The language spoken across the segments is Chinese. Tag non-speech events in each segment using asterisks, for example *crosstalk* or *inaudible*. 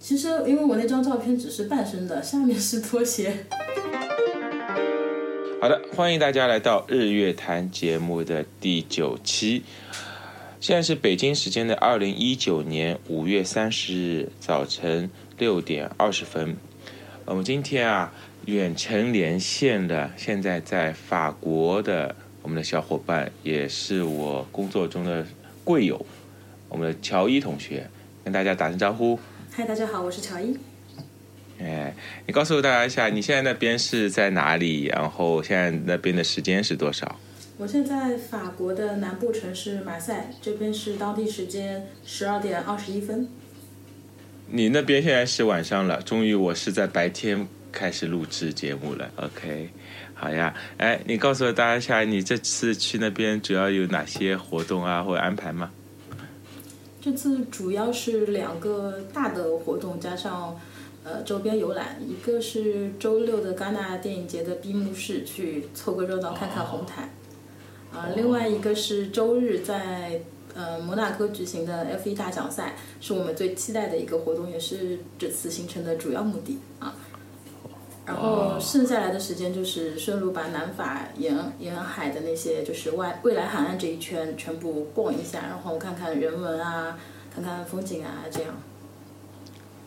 其实因为我那张照片只是半身的，下面是拖鞋。好的，欢迎大家来到《日月潭》节目的第九期。现在是北京时间的二零一九年五月三十日早晨六点二十分。我们今天啊，远程连线的，现在在法国的我们的小伙伴，也是我工作中的贵友，我们的乔伊同学，跟大家打声招呼。嗨，大家好，我是乔伊。哎，你告诉大家一下，你现在那边是在哪里？然后现在那边的时间是多少？我现在法国的南部城市马赛，这边是当地时间十二点二十一分。你那边现在是晚上了，终于我是在白天开始录制节目了。OK，好呀。哎，你告诉大家一下，你这次去那边主要有哪些活动啊，或者安排吗？这次主要是两个大的活动，加上呃周边游览，一个是周六的戛纳电影节的闭幕式，去凑个热闹看看红毯。啊、另外一个是周日在呃摩纳哥举行的 F1 大奖赛，是我们最期待的一个活动，也是这次行程的主要目的啊。然后剩下来的时间就是顺路把南法沿沿海的那些就是外未来海岸这一圈全部逛一下，然后看看人文啊，看看风景啊，这样。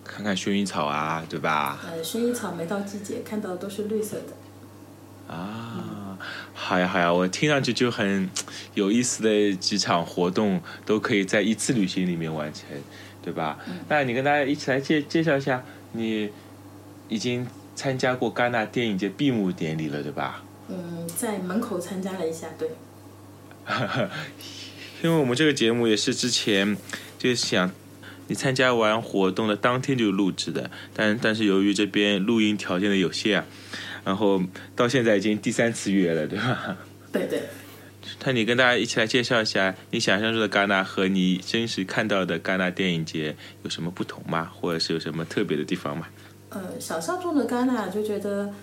看看薰衣草啊，对吧？呃，薰衣草没到季节，看到的都是绿色的。啊，好呀好呀，我听上去就很有意思的几场活动都可以在一次旅行里面完成，对吧？那你跟大家一起来介介绍一下，你已经参加过戛纳电影节闭幕典礼了，对吧？嗯，在门口参加了一下，对。因为我们这个节目也是之前就是想你参加完活动的当天就录制的，但但是由于这边录音条件的有限啊，然后到现在已经第三次约了，对吧？对对，那你跟大家一起来介绍一下你想象中的戛纳和你真实看到的戛纳电影节有什么不同吗？或者是有什么特别的地方吗？呃，想象中的戛纳就觉得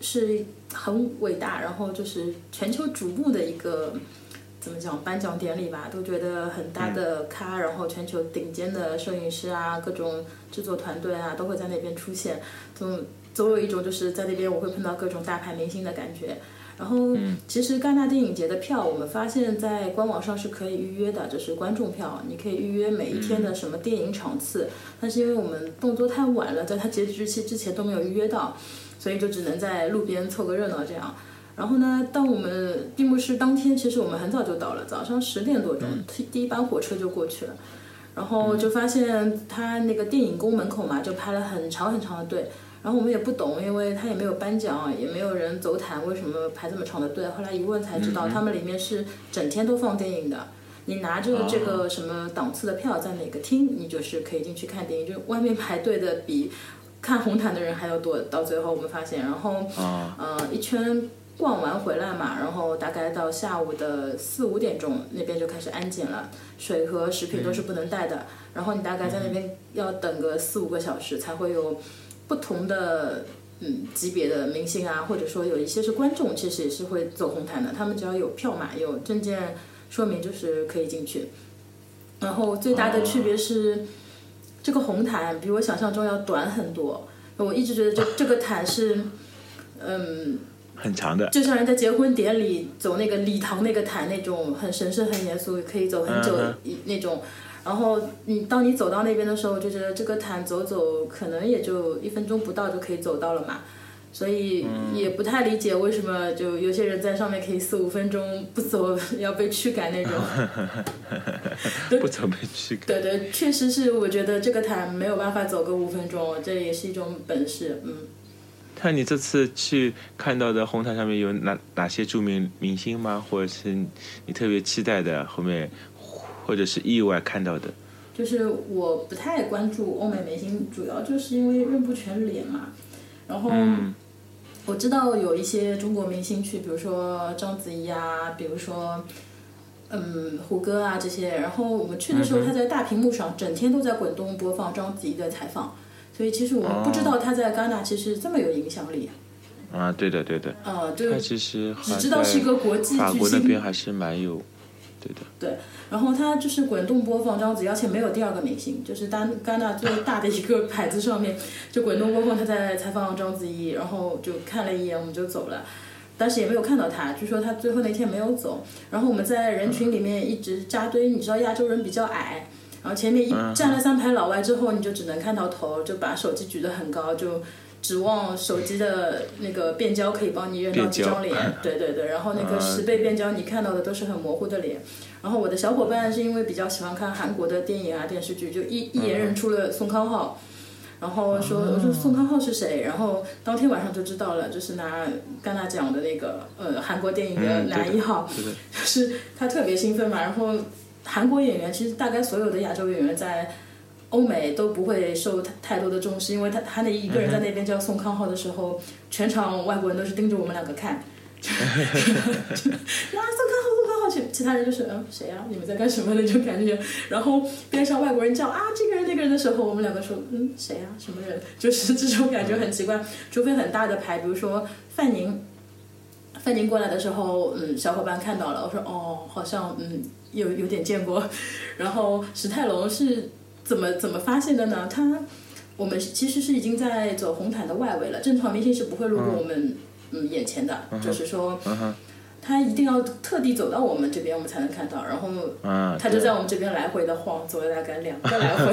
是很伟大，然后就是全球瞩目的一个怎么讲颁奖典礼吧，都觉得很大的咖，然后全球顶尖的摄影师啊，各种制作团队啊，都会在那边出现，总总有一种就是在那边我会碰到各种大牌明星的感觉。然后，其实戛纳电影节的票，我们发现在官网上是可以预约的，就是观众票，你可以预约每一天的什么电影场次。但是因为我们动作太晚了，在它截止日期之前都没有预约到，所以就只能在路边凑个热闹这样。然后呢，当我们闭幕式当天，其实我们很早就到了，早上十点多钟，第第一班火车就过去了。然后就发现他那个电影宫门口嘛，就排了很长很长的队。然后我们也不懂，因为他也没有颁奖，也没有人走毯，为什么排这么长的队？后来一问才知道，他们里面是整天都放电影的。你拿着这个什么档次的票，在哪个厅，你就是可以进去看电影。就外面排队的比看红毯的人还要多。到最后我们发现，然后啊，呃，一圈逛完回来嘛，然后大概到下午的四五点钟，那边就开始安检了，水和食品都是不能带的。然后你大概在那边要等个四五个小时，才会有不同的嗯级别的明星啊，或者说有一些是观众，其实也是会走红毯的。他们只要有票码、有证件说明，就是可以进去。然后最大的区别是，这个红毯比我想象中要短很多。我一直觉得这这个毯是，嗯，很长 *laughs* 的，就像人家结婚典礼走那个礼堂那个毯那种很神圣、很严肃，可以走很久嗯一、那种。然后你当你走到那边的时候，就觉得这个毯走走可能也就一分钟不到就可以走到了嘛，所以也不太理解为什么就有些人在上面可以四五分钟不走 *laughs* 要被驱赶那种。不怎么去看。对对，确实是我觉得这个毯没有办法走个五分钟，这也是一种本事，嗯。那你这次去看到的红毯上面有哪哪些著名明星吗？或者是你特别期待的后面，或者是意外看到的？就是我不太关注欧美明星，主要就是因为认不全脸嘛。然后嗯我知道有一些中国明星去，比如说章子怡啊，比如说嗯胡歌啊这些。然后我们去的嗯时候，他在大屏幕上整天都在滚动播放章子怡的采访，所以其实我们哦不知道他在戛纳其实这么有影响力。啊，对的对的，呃，就他其实只还知道是一个国际法巨国那星边还是蛮有，对的。然后它就是滚动播放这样子，而且没有第二个明星，就是戛戛纳最大的一个牌子上面就滚动播放，他在采访章子怡，然后就看了一眼，我们就走了。但是也没有看到他，据说他最后那天没有走。然后我们在人群里面一直扎堆，你知道亚洲人比较矮，然后前面一站了三排老外之后，你就只能看到头，就把手机举得很高，就指望手机的那个变焦可以帮你认到几张脸变。对对对，然后那个哎嗯十倍变焦，你看到的都是很模糊的脸。然后我的小伙伴是因为比较喜欢看韩国的电影啊电视剧，就嗯一一眼认出了宋康昊，然后说我说宋康昊是谁，然后当天晚上就知道了，就是拿戛纳奖的那个呃韩国电影的嗯对的男一号，是的就是他特别兴奋嘛。然后韩国演员其实大概所有的亚洲演员在欧美都不会受太太多的重视，因为他他那一个人在那边叫宋康昊的时候，全场外国人都是盯着我们两个看。哇，宋康昊，宋康昊，其其他人就是嗯谁呀、你们在干什么那种感觉。然后边上外国人叫啊这个人那个人的时候，我们两个说嗯谁呀、什么人，就是这种感觉很奇怪。除非很大的牌，比如说范宁，范宁过来的时候，嗯，小伙伴看到了，我说哦，好像嗯有有点见过。然后史泰龙是怎么怎么发现的呢？他我们是其实是已经在走红毯的外围了，正常明星是不会路过我们嗯眼前的，就是说。他一定要特地走到我们这边，我们才能看到。然后嗯，他就对在我们这边来回的晃，走了大概两个来 *laughs* 回，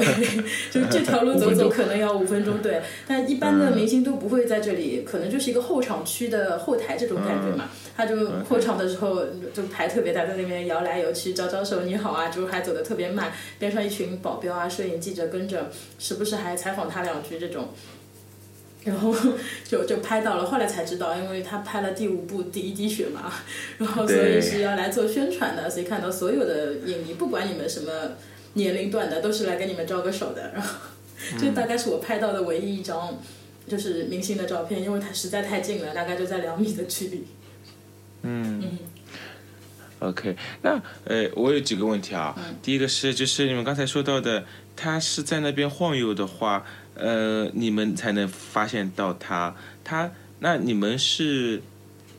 就这条路走走可能要五分钟，嗯对。但一般的明星都不会在这里，可能就是一个后场区的后台这种感觉嘛。他就后场的时候就牌特别大，在那边摇来摇去，招招手你好啊，就还走的特别慢，边上一群保镖啊、摄影记者跟着，时不时还采访他两句这种。然后 *laughs* 就就拍到了，后来才知道，因为他拍了第五部《第一滴血》嘛，然后所以对是要来做宣传的，所以看到所有的影迷，不管你们什么年龄段的，都是来跟你们招个手的。然后 *laughs* 这大概是我拍到的唯一一张就是明星的照片，因为他实在太近了，大概就在两米的距离。 OK，那呃，我有几个问题啊。嗯第一个是，就是你们刚才说到的，他是在那边晃悠的话，呃，你们才能发现到他。他那你们是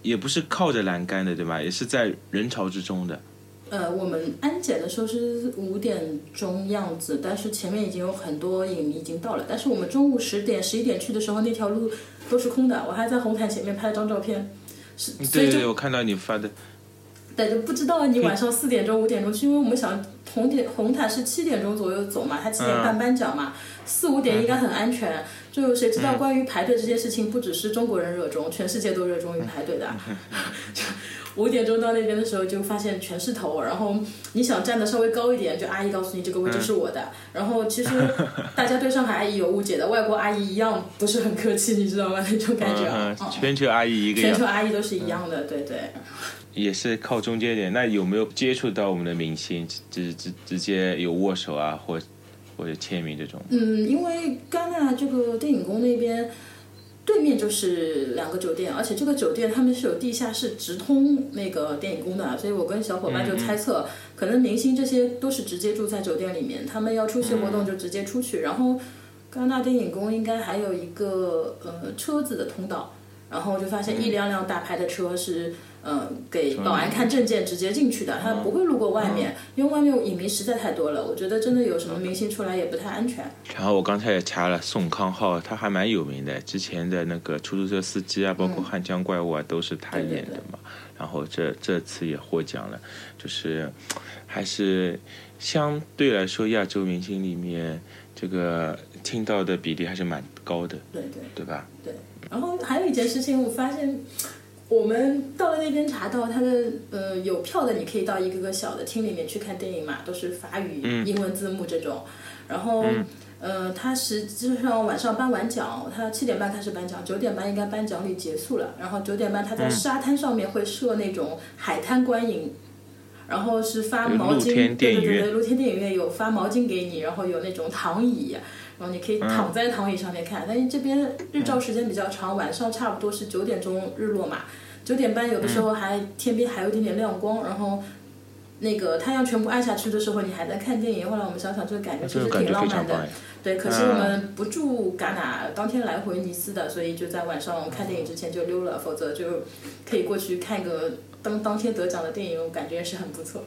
也不是靠着栏杆的，对吧？也是在人潮之中的。呃，我们安检的时候是五点钟样子，但是前面已经有很多影迷已经到了。但是我们中午十点、十一点去的时候，那条路都是空的。我还在红毯前面拍了张照片，是所对以对就对，我看到你发的，对，就不知道你嗯晚上四点钟、五点钟去，因为我们想红点红毯是七点钟左右走嘛，他七点嗯半颁奖嘛，四五点应该很安全。就谁知道嗯关于排队这件事情，不只是中国人热衷，全世界都热衷于排队 *laughs* 的。五点钟到那边的时候，就发现全是头，然后你想站的稍微高一点，就阿姨告诉你这个位置嗯是我的。然后其实大家对上海阿姨有误解的，外国阿姨一样不是很客气，你知道吗？那种感觉，嗯，嗯嗯全球阿姨一个全样，嗯球阿姨都是一样的，对对。也是靠中间一点。那有没有接触到我们的明星，直直直接有握手啊，或或者签名这种？嗯，因为戛纳这个电影宫那边对面就是两个酒店，而且这个酒店他们是有地下室直通那个电影宫的，所以我跟小伙伴就猜测，可能明星这些都是直接住在酒店里面，他们要出去活动就直接出去，然后戛纳电影宫应该还有一个呃车子的通道。然后就发现一辆辆大牌的车是，呃，给保安看证件直接进去的，他不会路过外面，因为外面影迷实在太多了。我觉得真的有什么明星出来也不太安全。然后我刚才也查了宋康昊，他还蛮有名的，之前的那个出租车司机啊，包括汉江怪物啊，都是他演的嘛。然后这这次也获奖了，就是嘖还是相对来说亚洲明星里面这个听到的比例还是蛮高的，对对。对吧？然后还有一件事情，我发现我们到了那边查到他的呃有票的，你可以到一个个小的厅里面去看电影嘛，都是法语、嗯英文字幕这种。然后、呃，他实际上晚上颁完奖，他七点半开始颁奖，九点半应该颁奖礼结束了。然后九点半嗯他在沙滩上面会设那种海滩观影。然后是发有毛露巾，天电对影对对院对，露天电影院有发毛巾给你，然后有那种躺椅，然后你可以嗯躺在躺椅上面看。但是这边日照时间比较长，晚上差不多是九点钟日落嘛，九点半有的时候还、天边还有一点点亮光，然后。那个太阳全部暗下去的时候，你还在看电影。后来我们想想，这个感觉这其种实感挺觉浪非常漫棒的哎。。对，可是我们不住戛纳，当天来回尼斯的，所以就在晚上看电影之前就溜了，否则就可以过去看个当当天得奖的电影，我感觉是很不错。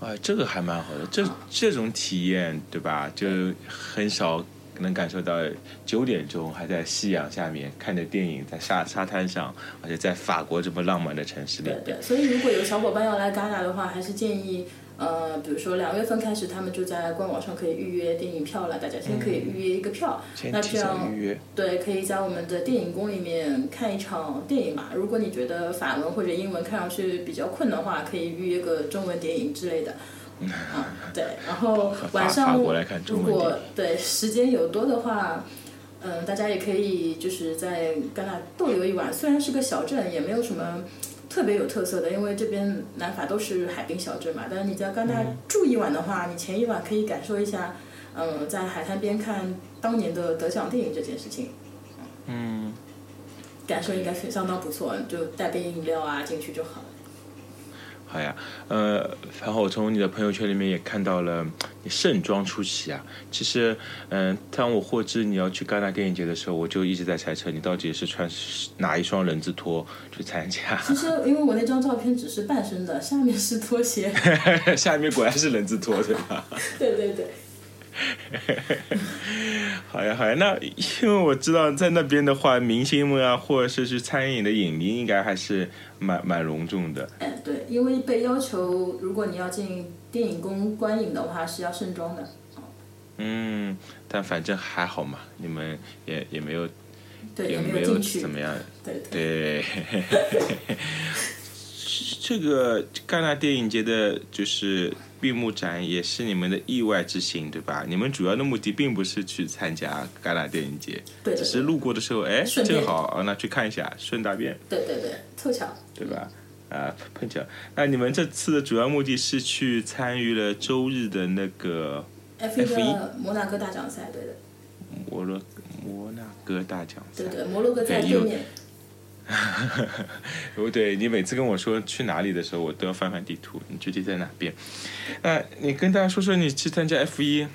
哎，这个还蛮好的，这这种体验对吧？就很少能感受到九点钟还在夕阳下面看着电影，在沙沙滩上，而且在法国这么浪漫的城市里对边对，所以如果有小伙伴要来戛纳的话，还是建议，呃，比如说两月份开始，他们就在官网上可以预约电影票了，大家先可以嗯预约一个票。先那提这早样预约。对，可以在我们的电影宫里面看一场电影吧。如果你觉得法文或者英文看上去比较困的话，可以预约个中文电影之类的。啊，对，然后晚法上国来看中如文电影果对时间有多的话，嗯，大家也可以就是在戛纳逗留一晚。虽然是个小镇，也没有什么特别有特色的，因为这边南法都是海滨小镇嘛。但是你在戛纳住一晚的话，你前一晚可以感受一下，嗯，在海滩边看当年的得奖电影这件事情。嗯，感受应该是相当不错，就带杯饮料啊进去就好。好呀，呃，然后我从你的朋友圈里面也看到了你盛装出席啊。其实，嗯、当我获知你要去戛纳电影节的时候，我就一直在猜测你到底是穿哪一双人字拖去参加。 *laughs* 其实因为我那张照片只是半身的，下面是拖鞋。 *laughs* 下面果然是人字拖，对吧？对对对，好呀，好呀。那因为我知道在那边的话，明星们啊，或者是去参演的影迷，应该还是蛮蛮隆重的。哎对，因为被要求，如果你要进电影宫观影的话是要盛装的。嗯，但反正还好嘛，你们也也没有对，也也没有进去。怎么样。对对。对， *laughs* 这个戛纳电影节的就是闭幕展，也是你们的意外之行，对吧？你们主要的目的并不是去参加戛纳电影节，对对只是路过的时候，哎，顺便正好啊，那去看一下，顺大便，对对对，凑巧。对吧？啊，碰巧。那你们这次的主要目的是去参与了周日的那个 F 一 F1 的摩纳哥大奖赛，对的，摩洛摩纳哥大奖赛对。对，摩洛哥在对对有面，哦，对你每次跟我说去哪里的时候，我都要翻翻地图，你具体在哪边？那你跟大家说说你去参加 F 一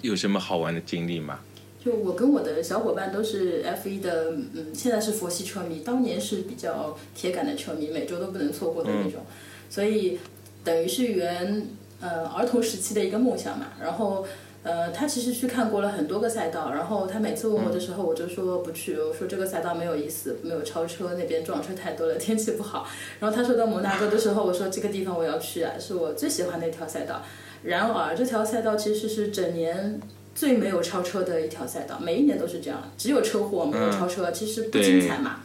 有什么好玩的经历吗？就我跟我的小伙伴都是 F 一的，嗯，现在是佛系车迷，当年是比较铁杆的车迷，每周都不能错过的嗯那种，所以等于是圆呃儿童时期的一个梦想嘛。然后呃，他其实去看过了很多个赛道，然后他每次问我的时候，我就说不去，我说这个赛道没有意思，没有超车，那边撞车太多了，天气不好。 *laughs* 然后他说到摩纳哥的时候，我说这个地方我要去啊，是我最喜欢的一条赛道。然而这条赛道其实是整年最没有超车的一条赛道，每一年都是这样，只有车祸没有超车，其实不精彩嘛。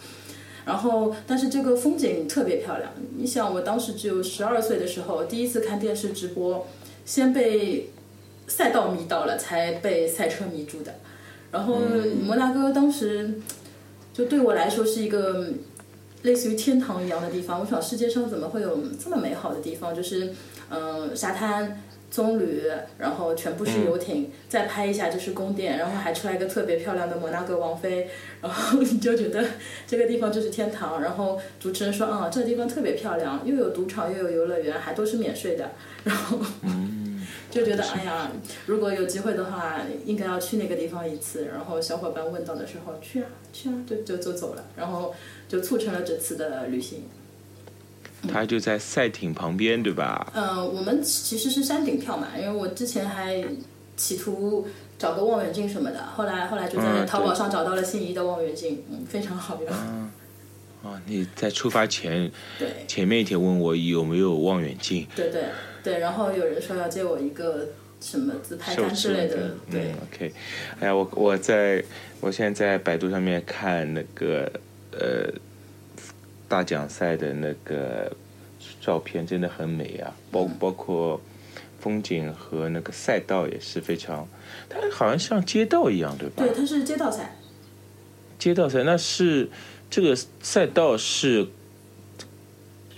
然后，但是这个风景特别漂亮。你想，我当时只有十二岁的时候，第一次看电视直播，先被赛道迷到了，才被赛车迷住的。然后摩纳哥当时就对我来说是一个类似于天堂一样的地方。我想世界上怎么会有这么美好的地方？就是嗯、沙滩。棕榈，然后全部是游艇，再拍一下就是宫殿，然后还出来一个特别漂亮的摩纳哥王妃，然后 *laughs* 你就觉得这个地方就是天堂。然后主持人说，啊、这个地方特别漂亮，又有赌场，又有游乐园，还都是免税的。然后 *laughs* 嗯就觉得，哎呀，如果有机会的话，应该要去那个地方一次。然后小伙伴问到的时候，去啊，去啊，就就就走了。然后就促成了这次的旅行。它就在赛艇旁边，对吧？嗯，我们其实是山顶票嘛，因为我之前还企图找个望远镜什么的，后来后来就在嗯淘宝对上找到了心仪的望远镜，嗯，非常好用。哦，你在出发前对前面一天问我有没有望远镜，对对对，然后有人说要借我一个什么自拍手杆持之类望的镜，，对。嗯，OK。哎呀，我我在我现在在百度上面看那个呃大奖赛的那个照片，真的很美啊，包嗯包括风景和那个赛道也是非常，它好像像街道一样，对吧？对，它是街道赛，街道赛那是这个赛道是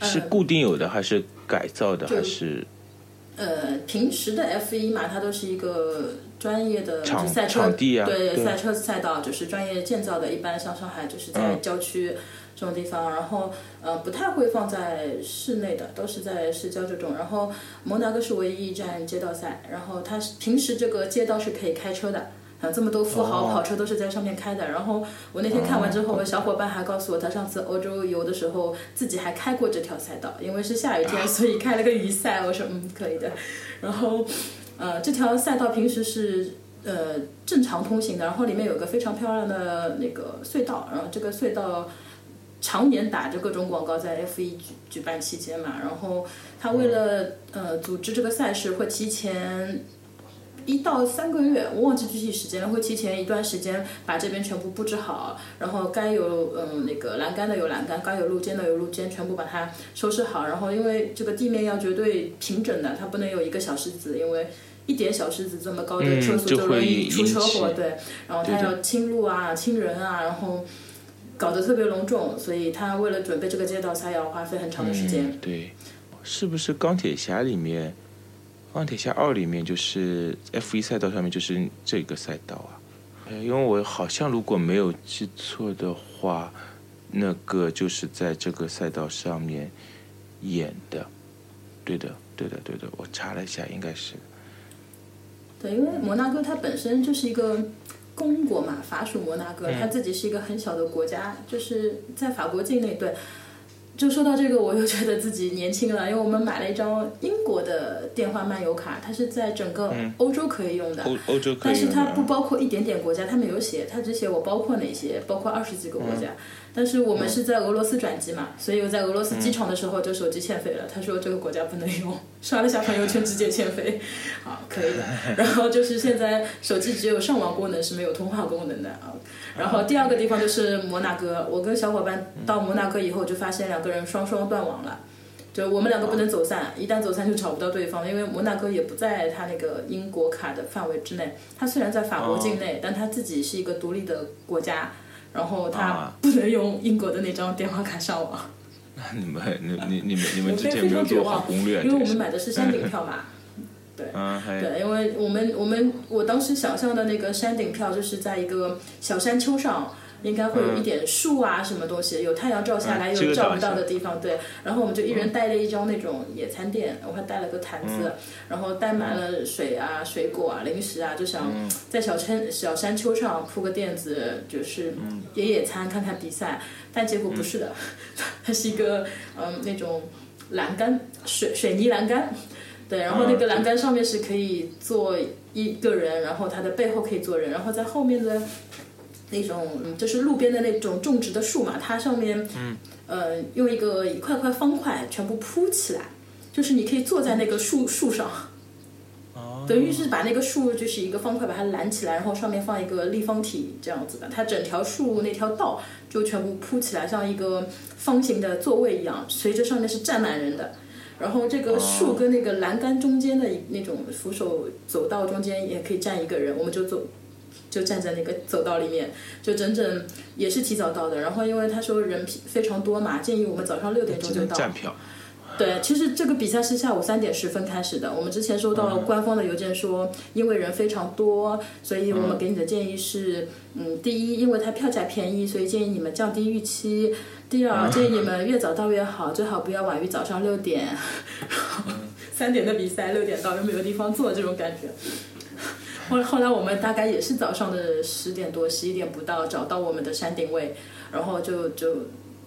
是呃固定有的还是改造的就还是？呃，平时的 F 一嘛，它都是一个专业的场就赛车场地啊对对赛车赛道就是专业建造的，一般像上海就是在嗯郊区这种地方，然后呃不太会放在室内的，都是在市郊这种。然后摩纳哥是唯一一站街道赛，然后它是平时这个街道是可以开车的，啊，这么多富豪哦跑车都是在上面开的。然后我那天看完之后，我小伙伴还告诉我，他上次欧洲游的时候自己还开过这条赛道，因为是下雨天，所以开了个雨伞。我说嗯，可以的。然后，呃，这条赛道平时是呃正常通行的，然后里面有个非常漂亮的那个隧道，然后这个隧道常年打着各种广告在 F 一举举办期间嘛，然后他嗯为了呃组织这个赛事，会提前一到三个月，我忘记具体时间了，会提前一段时间把这边全部布置好，然后该有嗯那个栏杆的有栏杆，该有路肩的有路肩，全部把它收拾好。然后因为这个地面要绝对平整的，它不能有一个小石子，因为一点小石子这么高的嗯车速就容会易出引车祸，起对。然后它对的要清路啊、清人啊，然后搞得特别隆重，所以他为了准备这个街道赛，要花费很长的时间。嗯。对，是不是钢铁侠里面，钢铁侠二里面就是 F 一赛道上面就是这个赛道啊？呃因为我好像如果没有记错的话，那个就是在这个赛道上面演的。对的，对的，对的，我查了一下，应该是。对，因为摩纳哥它本身就是一个公国嘛，法属摩纳哥，它自己是一个很小的国家，就是在法国境内。对，就说到这个，我又觉得自己年轻了，因为我们买了一张英国的电话漫游卡，它是在整个欧洲可以用的。欧欧洲可以但是用它的不啊包括一点点国家，它没有写，它只写我包括哪些，包括二十几个嗯国家。但是我们是在俄罗斯转机嘛，所以我在俄罗嗯斯机场的时候就手机欠费了，他说这个国家不能用，刷了下朋友圈直接欠费，好可以的。 *laughs* 然后就是现在手机只有上网功能是没有通话功能的啊。然后第二个地方就是摩纳哥，我跟小伙伴到摩纳哥以后就发现两个人双双断网了。就我们两个不能走散，一旦走散就找不到对方，因为摩纳哥也不在他那个英国卡的范围之内。他虽然在法国境内，但他自己是一个独立的国家，然后他啊不能用英国的那张电话卡上网。 *laughs* 你们、你、你、你们、你们我之非前没有常绝做好望，攻略，因为我真是们买的是山顶票嘛。对，嗯，还对，因为我们我们我当时想象的那个山顶票就是在一个小山丘上。应该会有一点树啊，什么东西，有太阳照下来，嗯这有个照倒不到的地方，对。然后我们就一人带了一张那种野餐垫，我还带了个坛嗯子，然后带满了水啊、水果啊、零食啊，就想在小嗯山小山丘上铺个垫子，就是野野餐，看看比赛。但结果嗯不是的，它是一个嗯那种栏杆，水水泥栏杆，啊对，然后那个栏杆上面是可以坐一个人，然后它的背后可以坐人，然后在后面的那种嗯就是路边的那种种植的树嘛，它上面嗯呃用一个一块块方块全部铺起来，就是你可以坐在那个树树上。等于是把那个树就是一个方块把它拦起来，然后上面放一个立方体这样子的，它整条树那条道就全部铺起来，像一个方形的座位一样，随着上面是站满人的。然后这个树跟那个栏杆中间的那种扶手走道中间也可以站一个人，我们就走，就站在那个走道里面，就整整也是提早到的。然后因为他说人非常多嘛，建议我们早上六点钟只就能到。站票。对，其实这个比赛是下午三点十分开始的。我们之前收到官方的邮件说，因为人非常多，所以我们给你的建议是，嗯，第一，因为它票价便宜，所以建议你们降低预期；第二，建议你们越早到越好，最好不要晚于早上六点。三点的比赛，六点到又没有地方坐，这种感觉。后后来我们大概也是早上的十点多、十一点不到找到我们的山顶位，然后就就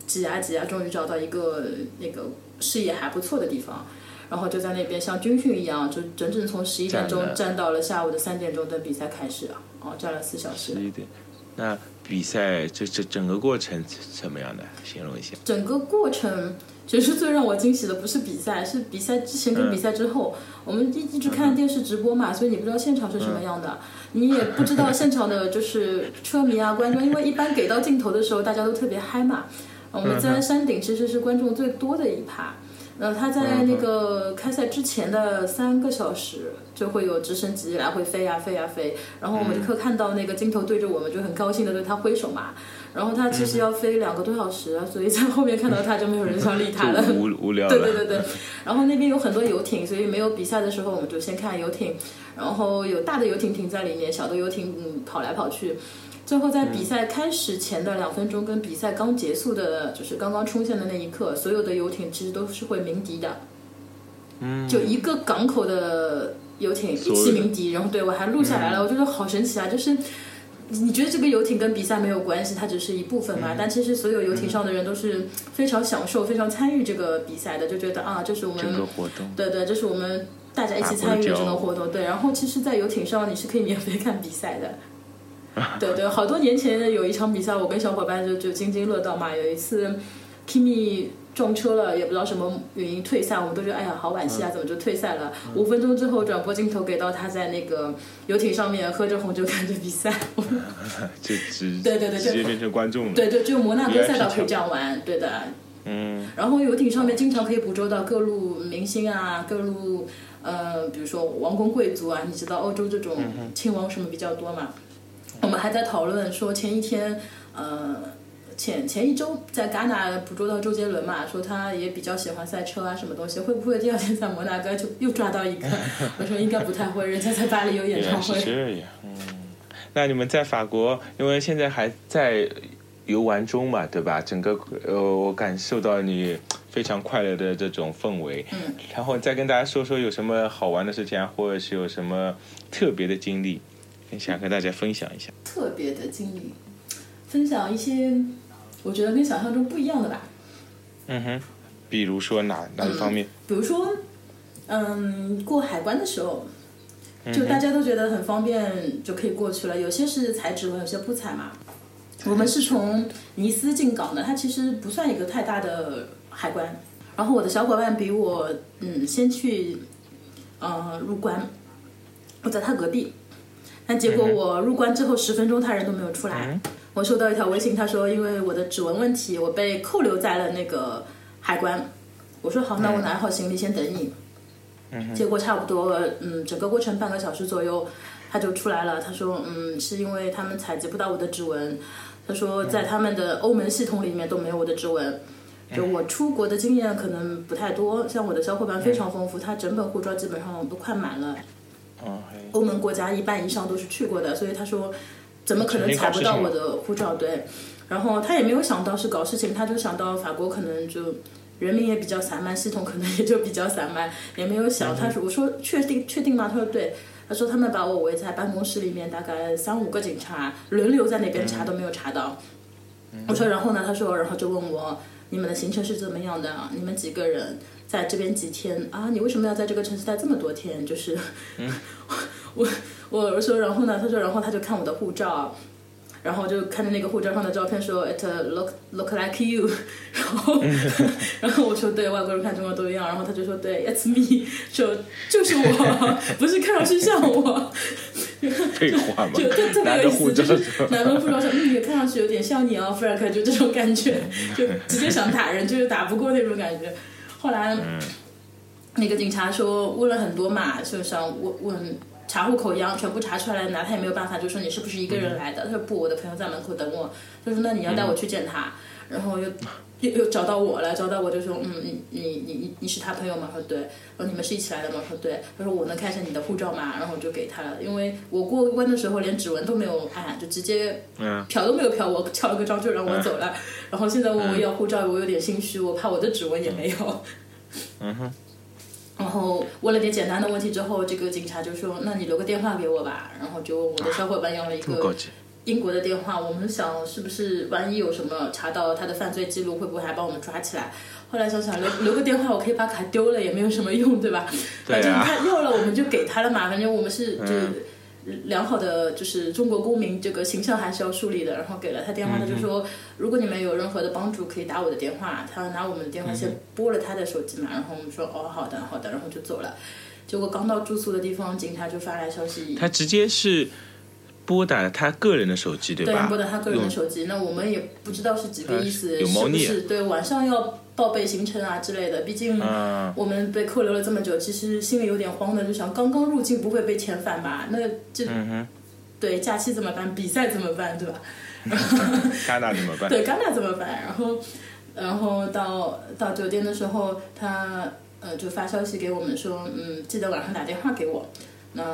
挤啊挤啊，终于找到一个那个视野还不错的地方，然后就在那边像军训一样，就整整从十一点钟站了站到了下午的三点钟等比赛开始啊，哦，站了四小时十。一点。那比赛这这整个过程怎么样的？形容一下。整个过程其实最让我惊喜的不是比赛，是比赛之前跟比赛之后。我们一一直看电视直播嘛，所以你不知道现场是什么样的，你也不知道现场的就是车迷啊、观众，因为一般给到镜头的时候，大家都特别嗨嘛。我们在山顶其实是观众最多的一趴。呃，他在那个开赛之前的三个小时，就会有直升机来回飞啊呀、飞呀、飞，然后我们就可以看到那个镜头对着我们，就很高兴的对他挥手嘛。然后他其实要飞两个多小时，所以在后面看到他就没有人想理他了。就无无聊了。对对对对，然后那边有很多游艇，所以没有比赛的时候，我们就先看游艇，然后有大的游艇停在里面，小的游艇嗯跑来跑去。最后在比赛开始前的两分钟跟比赛刚结束的，就是刚刚冲线的那一刻，嗯所有的游艇其实都是会鸣笛的，就一个港口的游艇一所有起的鸣笛，然后对我还录下嗯来了，我觉得好神奇啊！就是你你觉得这个游艇跟比赛没有关系，它只是一部分嘛，但其实所有游艇上的人都是非常享受、非常参与这个比赛的，就觉得啊，这是我们整个活动。对对，这是我们大家一起参与的这个活动。对，然后其实，在游艇上你是可以免费看比赛的。对对，好多年前有一场比赛，我跟小伙伴就就津津乐道嘛。有一次，Kimi 撞车了，也不知道什么原因退赛，我们都觉得哎呀好惋惜啊，怎么就退赛了？五分钟之后，转播镜头给到他在那个游艇上面喝着红酒看着比赛。就直对对对直接就变成观众了。对对，只有摩纳哥赛道可以这样玩，对的。嗯，然后游艇上面经常可以捕捉到各路明星啊，各路呃，比如说王公贵族啊，你知道欧洲这种亲王什么比较多嘛？我们还在讨论说前一天呃。前前一周在戛纳捕捉到周杰伦嘛，说他也比较喜欢赛车啊，什么东西，会不会第二天在摩纳哥就又抓到一个？我说应该不太会，人家在巴黎有演原来唱是会。这样。嗯，那你们在法国，因为现在还在游玩中嘛，对吧？整个呃，我感受到你非常快乐的这种氛围。嗯，然后再跟大家说说有什么好玩的事情啊，或者是有什么特别的经历，想跟大家分享一下。特别的经历，分享一些我觉得跟想象中不一样的吧。嗯哼，比如说哪哪一方面？比如说，嗯，过海关的时候，就大家都觉得很方便，就可以过去了。有些是采指纹，有些不采嘛。我们是从尼斯进港的，它其实不算一个太大的海关。然后我的小伙伴比我，嗯，先去，呃，入关，我在他隔壁。但结果我入关之后十分钟，他人都没有出来。我收到一条微信，他说因为我的指纹问题，我被扣留在了那个海关。我说好，那我拿好行李先等你。结果差不多，嗯，整个过程半个小时左右，他就出来了。他说，嗯，是因为他们采集不到我的指纹。他说，在他们的欧盟系统里面都没有我的指纹。就我出国的经验可能不太多，像我的小伙伴非常丰富，他整本护照基本上都快满了。嗯，还欧盟国家一半以上都是去过的，所以他说怎么可肯能定采搞不事到情我嘛的护照？对，然后他也没有想到是搞事情，他就想到法国可能就人民也比较散漫，系统可能也就比较散漫，也没有想。他说我说确定确定吗？他说对。 *laughs* 他说他们把我围在办公室里面，大概三五个警察轮流在那边查，都没有查到。嗯我说然后呢？他说然后就问我你们的行程是怎么样的？你们几个人在这边几天啊？你为什么要在这个城市待这么多天？就是。我我说然后呢？他说然后他就看我的护照，然后就看着那个护照上的照片说 it uh, look look like you，然 *laughs* 后然后我说对，外国人看中国都一样，然后他就说对 it's me，说就是我， *laughs* 不是看上去像我， *laughs* 废话嘛就特特，拿别 *laughs* 着有护意照思，的就是时候，南方护照说嗯，你看上去有点像你哦，Frank，就这种感觉，*laughs* 嗯就直接想打人，就是打不过那种感觉。后来。嗯那个警察说问了很多嘛，就想问问查户口一样，全部查出来了，拿他也没有办法，就说你是不是一个嗯人来的？他说不，我的朋友在门口等我。他说那你要带我去见他，然后又又又找到我了，找到我就说嗯，你你你你你是他朋友吗？他说对。然后你们是一起来的吗？他说对。他说我能看一下你的护照吗？然后我就给他了，因为我过关的时候连指纹都没有按，就直接嗯，瞟都没有瞟我，敲了个章就让我走了。 *laughs* 然后现在问我要护照，我有点心虚，我怕我的指纹也没有。 *laughs* 嗯哼，然后问了点简单的问题之后，这个警察就说：“那你留个电话给我吧。”然后就我的小伙伴要了一这么高个级。英国的电话，我们想是不是万一有什么查到他的犯罪记录，会不会还把我们抓起来？后来想想留留个电话，我可以把卡丢了，也没有什么用，对吧？对反正啊嗯他要了，我们就给他了嘛。反正我们是就是良好的就是中国公民这个形象还是要树立的。然后给了他电话，他就嗯说如果你们有任何的帮助，可以打我的电话。他拿我们的电话先拨了他的手机嘛，然后我们说哦好的好的，然后就走了。结果刚到住宿的地方，警察就发来消息，他直接是拨打了他个人的手机，对吧？拨打他个人的用手机，那我们也不知道是几个意思，呃有猫腻是不是对晚上要报备行程啊之类的。毕竟嗯我们被扣留了这么久，其实心里有点慌的，就想刚刚入境不会被遣返吧？那这、嗯对假期怎么办？比赛怎么办？对吧？戛纳怎么办？对戛纳怎么办？然后，然后到到酒店的时候，他呃就发消息给我们说，嗯，记得晚上打电话给我。那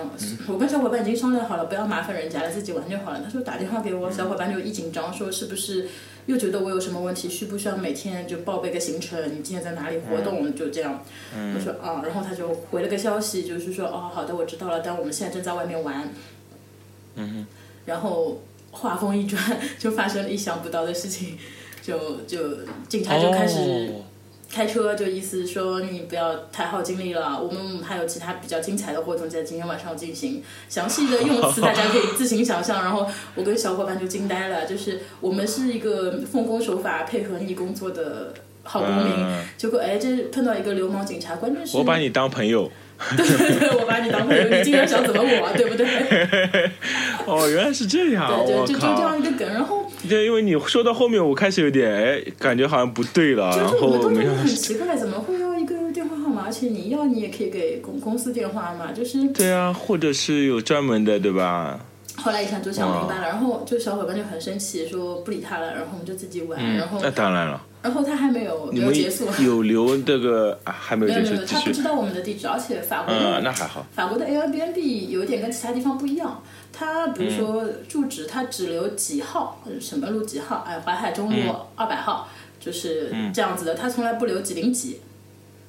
我跟小伙伴已经商量好了，不要麻烦人家了，自己玩就好了。他说打电话给我，小伙伴就一紧张，说是不是又觉得我有什么问题，需不需要每天就报备个行程？你今天在哪里活动？就这样。嗯我说啊，然后他就回了个消息，就是说哦，好的，我知道了，但我们现在正在外面玩。嗯然后话锋一转，就发生了意想不到的事情，就就警察哼，就开始哦开车，就意思说你不要太耗精力了，我们还有其他比较精彩的活动在今天晚上进行。详细的用词大家可以自行想象。然后我跟小伙伴就惊呆了，就是我们是一个奉公守法、配合你工作的好公民，嗯结果哎，这碰到一个流氓警察，关键 *laughs* 是我把你当朋友。对对，我把你当朋友，你竟然想怎么我，对不对？ *laughs* 哦，原来是这样，对对，我就就这靠！样一个梗，然后。就因为你说到后面，我开始有点哎，感觉好像不对了，就然是后我都没觉有得很奇怪，怎么会要一个电话号码？而且你要你也可以给公公司电话嘛。就是对啊，或者是有专门的，对吧？后来一想就想明哦白了，然后就小伙伴就很生气，说不理他了，然后我们就自己玩，然后那当然了，然后他还没有嗯你没有们结束，有留这个啊，还没有没有结没束，有，继他不续知。道我们的地址，而且法国嗯，那的还好。法国的 Airbnb 有一点跟其他地方不一样，他比如说嗯住址，他只留几号，呃什么路几号，哎，淮海中嗯路二百号，就是这样子的，他从来不留几零几。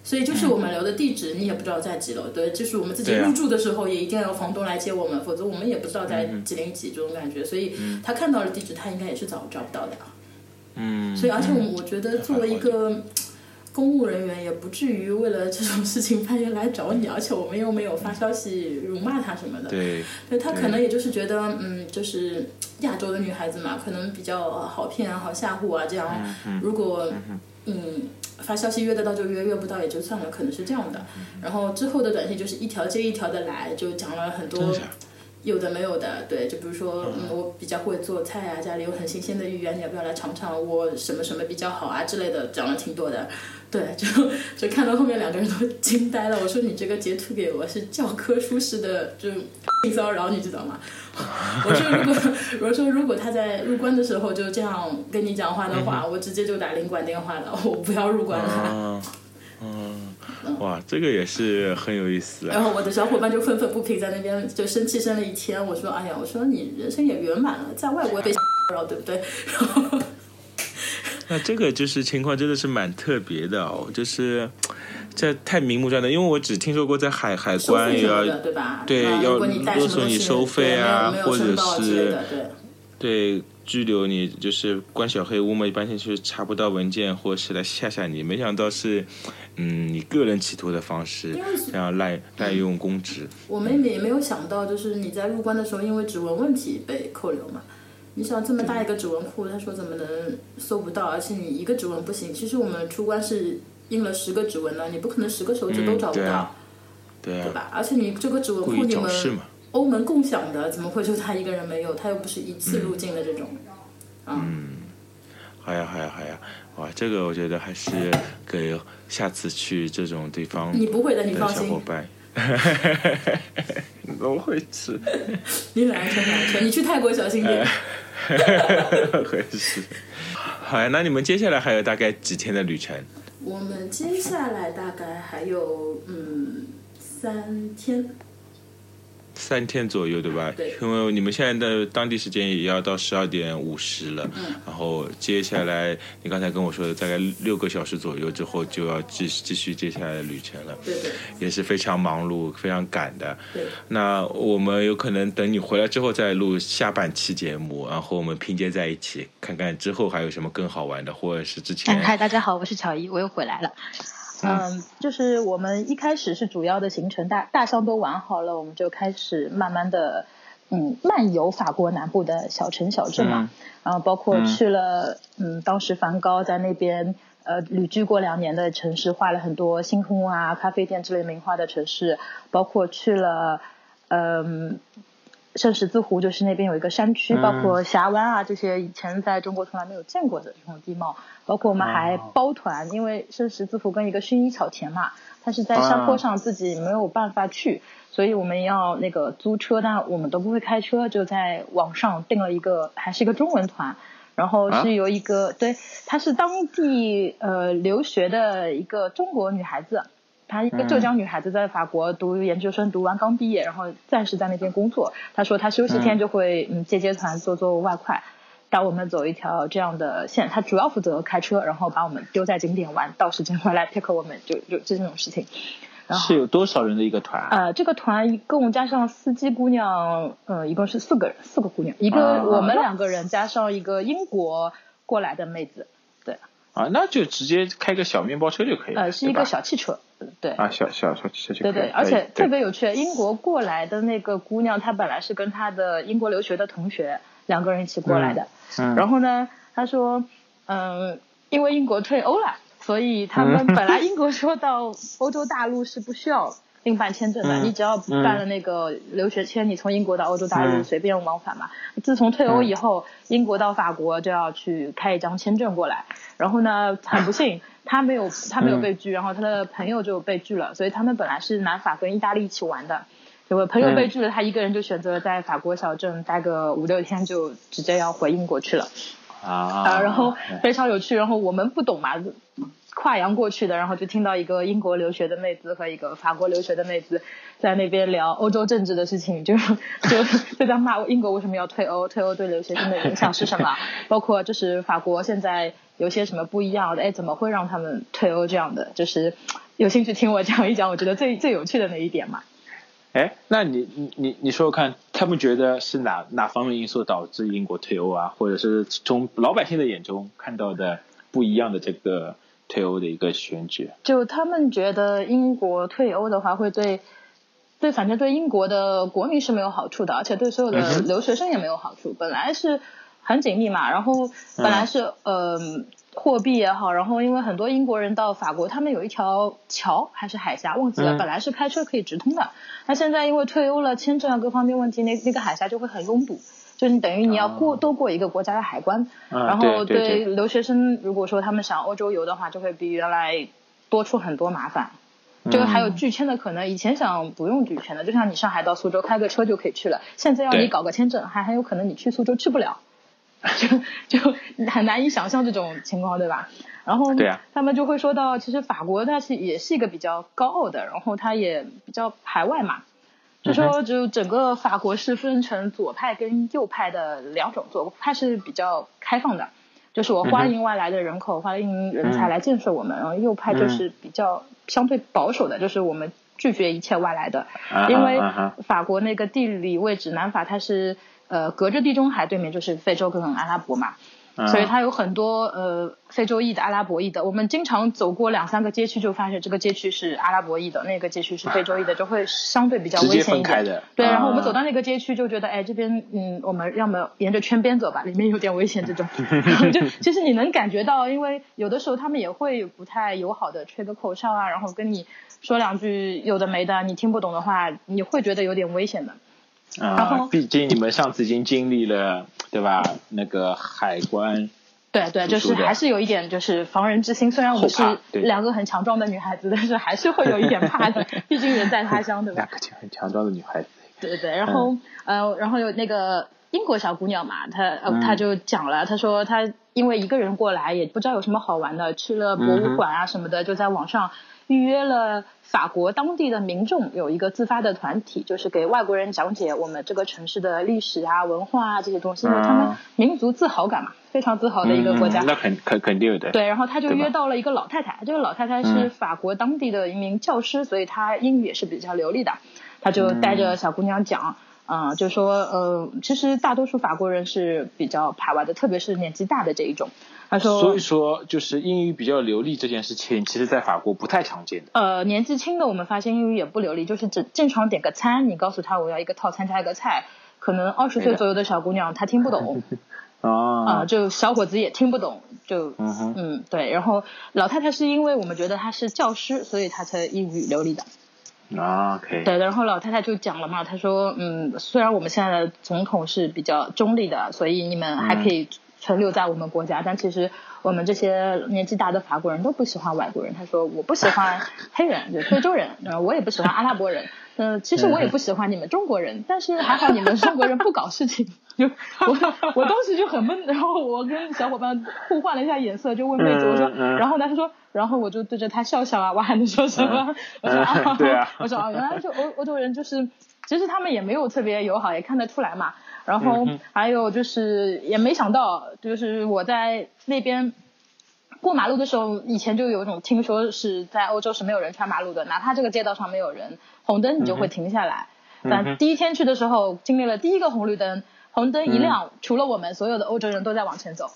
所以就是我们留的地址，你也不知道在几楼。对，就是我们自己嗯对啊入住的时候，也一定要房东来接我们，否则我们也不知道嗯在几零几这种感觉。所以他看到了地址，他应该也是找找不到的啊。嗯，所以，而且我我觉得作为一个公务人员，也不至于为了这种事情半夜来找你，而且我们又没有发消息辱骂他什么的。对，对他可能也就是觉得，嗯，就是亚洲的女孩子嘛，可能比较呃好骗啊、好吓唬啊，这样。如果嗯发消息约得到就约，约不到也就算了，可能是这样的。然后之后的短信就是一条接一条的来，就讲了很真多的假的有的没有的，对，就比如说，嗯，我比较会做菜啊，家里有很新鲜的鱼啊，你要不要来尝尝？我什么什么比较好啊之类的，讲了挺多的。对，就就看到后面两个人都惊呆了。我说你这个截图给我是教科书式的，就性骚扰，你知道吗？ *laughs* 我说如果 *laughs* 我说如果他在入关的时候就这样跟你讲话的话，我直接就打领馆电话了，我不要入关了。 *laughs* 嗯嗯，哇，这个也是很有意思啊。然后我的小伙伴就愤愤不平，在那边就生气生了一天。我说：“哎呀，我说你人生也圆满了，在外国被 *laughs* 骚扰，对不对？”然后那这个就是情况真的是蛮特别的哦，就是这太明目张胆，因为我只听说过在海海收关费也什么要的，对吧？对啊要如果你带什么勒索东你西，收费啊对没有没有申报或者啊是之类的，对。对拘留你，就是关小黑屋嘛，一般性是查不到文件或是来吓吓你，没想到是，嗯，你个人企图的方式因为，然后滥滥用公职，我们也没有想到，就是你在入关的时候，因为指纹问题被扣留嘛。你想这么大一个指纹库，他说怎么能搜不到？而且你一个指纹不行，其实我们出关是印了十个指纹呢，你不可能十个手指都嗯找不对到，啊对对啊，吧？而且你这个指纹库故你意们找事嘛，欧盟共享的，怎么会就他一个人没有？他又不是一次入境的这种。嗯，好哎呀好呀好呀，哇，这个我觉得还是给下次去这种地方你不会的，你的放小心伙，伴。 *laughs* 都会吃， *laughs* 你很安全，很安全。你去泰国小心点。会吃。好呀，那你们接下来还有大概几天的旅程？我们接下来大概还有嗯三天，三天左右，对吧？对因为你们现在的当地时间也要到十二点五十了，嗯然后接下来你刚才跟我说的大概六个小时左右之后就要继继续接下来的旅程了，对对也是非常忙碌、非常赶的。对。那我们有可能等你回来之后再录下半期节目，然后我们拼接在一起，看看之后还有什么更好玩的，或者是之前嗨，大家好，我是乔伊，我又回来了。嗯，就是我们一开始是主要的行程大大项都玩好了，我们就开始慢慢的，嗯，漫游法国南部的小城小镇嗯嘛。然后包括嗯去了，嗯，当时梵高在那边呃旅居过两年的城市，画了很多星空啊、咖啡店之类名画的城市，包括去了，嗯。圣十字湖就是那边有一个山区，嗯包括峡湾啊这些以前在中国从来没有见过的这种地貌，包括我们还哦包团，因为圣十字湖跟一个薰衣草田嘛，它是在山坡上自己没有办法去，所以我们要那个租车，但我们都不会开车，就在网上订了一个，还是一个中文团，然后啊是由一个、对，她是当地呃留学的一个中国女孩子，她一个浙江女孩子，在法国读研究生，读完刚毕业，然后暂时在那边工作。她说她休息天就会嗯接接团，做做外快，带我们走一条这样的线。她主要负责开车，然后把我们丢在景点玩，到时间回来 pick 我们，就就就这种事情。然后是有多少人的一个团啊？呃，这个团一共加上司机姑娘，呃，一共是四个人，四个姑娘，一个啊我们两个人加上一个英国过来的妹子，啊，那就直接开个小面包车就可以了，呃，是一对吧个小汽车，呃对，啊小小小汽车就可对以对，了而且对特别有趣，英国过来的那个姑娘，她本来是跟她的英国留学的同学两个人一起过来的，嗯然后呢，她说，嗯，因为英国退欧了，所以他们嗯本来英国说到欧洲大陆是不需要另办签证的，嗯你只要办了那个留学签，你从英国到欧洲大陆嗯随便往返嘛。自从退欧以后，英国到法国就要去开一张签证过来，然后呢，很不幸。他没有，他没有被拒，然后他的朋友就被拒了，所以他们本来是南法跟意大利一起玩的，结果朋友被拒了，他一个人就选择在法国小镇待个五六天，就直接要回英国去了。啊啊，然后非常有趣，然后我们不懂嘛，跨洋过去的，然后就听到一个英国留学的妹子和一个法国留学的妹子在那边聊欧洲政治的事情，就 *laughs* 就就在骂英国为什么要退欧，退欧对留学生的影响是什么，包括就是法国现在有些什么不一样的，哎，怎么会让他们退欧这样的，就是有兴趣听我讲一讲，我觉得最最有趣的那一点嘛。哎，那你你你你说说看，他们觉得是哪哪方面因素导致英国退欧啊，或者是从老百姓的眼中看到的不一样的这个退欧的一个选举？就他们觉得英国退欧的话，会对对，反正对英国的国民是没有好处的，而且对所有嗯的哼留学生也没有好处。本来是很紧密嘛，然后本来是呃货币也好，然后因为很多英国人到法国，他们有一条桥还是海峡，忘记了，嗯本来是开车可以直通的，那现在因为退欧了，签证啊各方面问题，那那个海峡就会很拥堵。就是你等于你要过、哦多过一个国家的海关，啊然后对对对留学生，如果说他们想欧洲游的话，就会比原来多出很多麻烦。这嗯个还有拒签的可能，以前想不用拒签的，就像你上海到苏州开个车就可以去了，现在要你对搞个签证，还很有可能你去苏州去不了， *laughs* 就就很难以想象这种情况，对吧？然后对啊他们就会说到，其实法国它是也是一个比较高傲的，然后它也比较排外嘛，嗯就说就整个法国是分成左派跟右派的两种，左派是比较开放的，就是我嗯欢迎外来的人口，欢迎人才来建设我们，然后右派嗯就是比较相对保守的，就是我们拒绝一切外来的，啊哈因为啊哈法国那个地理位置，南法它是呃隔着地中海，对面就是非洲跟阿拉伯嘛，啊所以它有很多呃非洲裔的、阿拉伯裔的。我们经常走过两三个街区，就发现这个街区是阿拉伯裔的，那个街区是非洲裔的，就会相对比较直接危险一分开点。的，对，啊然后我们走到那个街区就觉得，哎，这边嗯，我们要么沿着圈边走吧，里面有点危险 *laughs* 这种。然后就其实你能感觉到，因为有的时候他们也会不太友好的吹个口哨啊，然后跟你说两句有的没的，你听不懂的话，你会觉得有点危险的。然后啊，毕竟你们上次已经经历了，对吧？那个海关，对对，就就是是这样还是有一点就是防人之心。虽然我们是后怕对两个很强壮的女孩子，但是还是会有一点 *laughs* 怕的，毕竟人在他乡，对吧两？个很强壮的女孩子，对对，然后、呃，然后有那个英国小姑娘嘛，她呃，嗯她就讲了，她说她因为一个人过来，也不知道有什么好玩的，去了博物馆啊什么的，就在网上预约了法国当地的民众有一个自发的团体，就是给外国人讲解我们这个城市的历史啊、文化啊这些东西，因为他们啊民族自豪感嘛，非常自豪的一个国家。嗯那肯肯肯定的，对，然后他就对吧约到了一个老太太，这个老太太是嗯法国当地的一名教师，所以她英语也是比较流利的。他就嗯带着小姑娘讲，嗯、就说，呃，其实大多数法国人是比较排外的，特别是年纪大的这一种。他说，所以说，就是英语比较流利这件事情，其实在法国不太常见的。呃，年纪轻的我们发现英语也不流利，就是只正常点个餐，你告诉他我要一个套餐加一个菜，可能二十对岁的左右的小姑娘她听不懂啊、啊，就小伙子也听不懂，就嗯哼，嗯，对。然后老太太是因为我们觉得她是教师，所以她才英语流利的。啊，OK，对，然后老太太就讲了嘛，她说，嗯，虽然我们现在的总统是比较中立的，所以你们嗯还可以存留在我们国家，但其实我们这些年纪大的法国人都不喜欢外国人。她说，我不喜欢黑人，就非洲人，然后我也不呃喜欢阿拉伯人。嗯、其实我也不喜欢你们中国人，但是还好你们中国人不搞事情。就我我当时就很闷，然后我跟小伙伴互换了一下眼色，就问妹子我说，嗯嗯然后呢他说，然后我就对着他笑笑啊，我还能说什么？我说嗯对啊我说啊，原来就欧欧洲人就是，其实他们也没有特别友好，也看得出来嘛。然嗯后还有就是也没想到，就是我在那边过马路的时候，以前就有一种听说是在欧洲是没有人穿马路的，哪怕这个街道上没有人，红灯你嗯就会停下来。但第一天去的时候，经历了第一个红绿灯，红灯嗯一亮，除了我们，所有的欧洲人都在往前 *laughs* 走。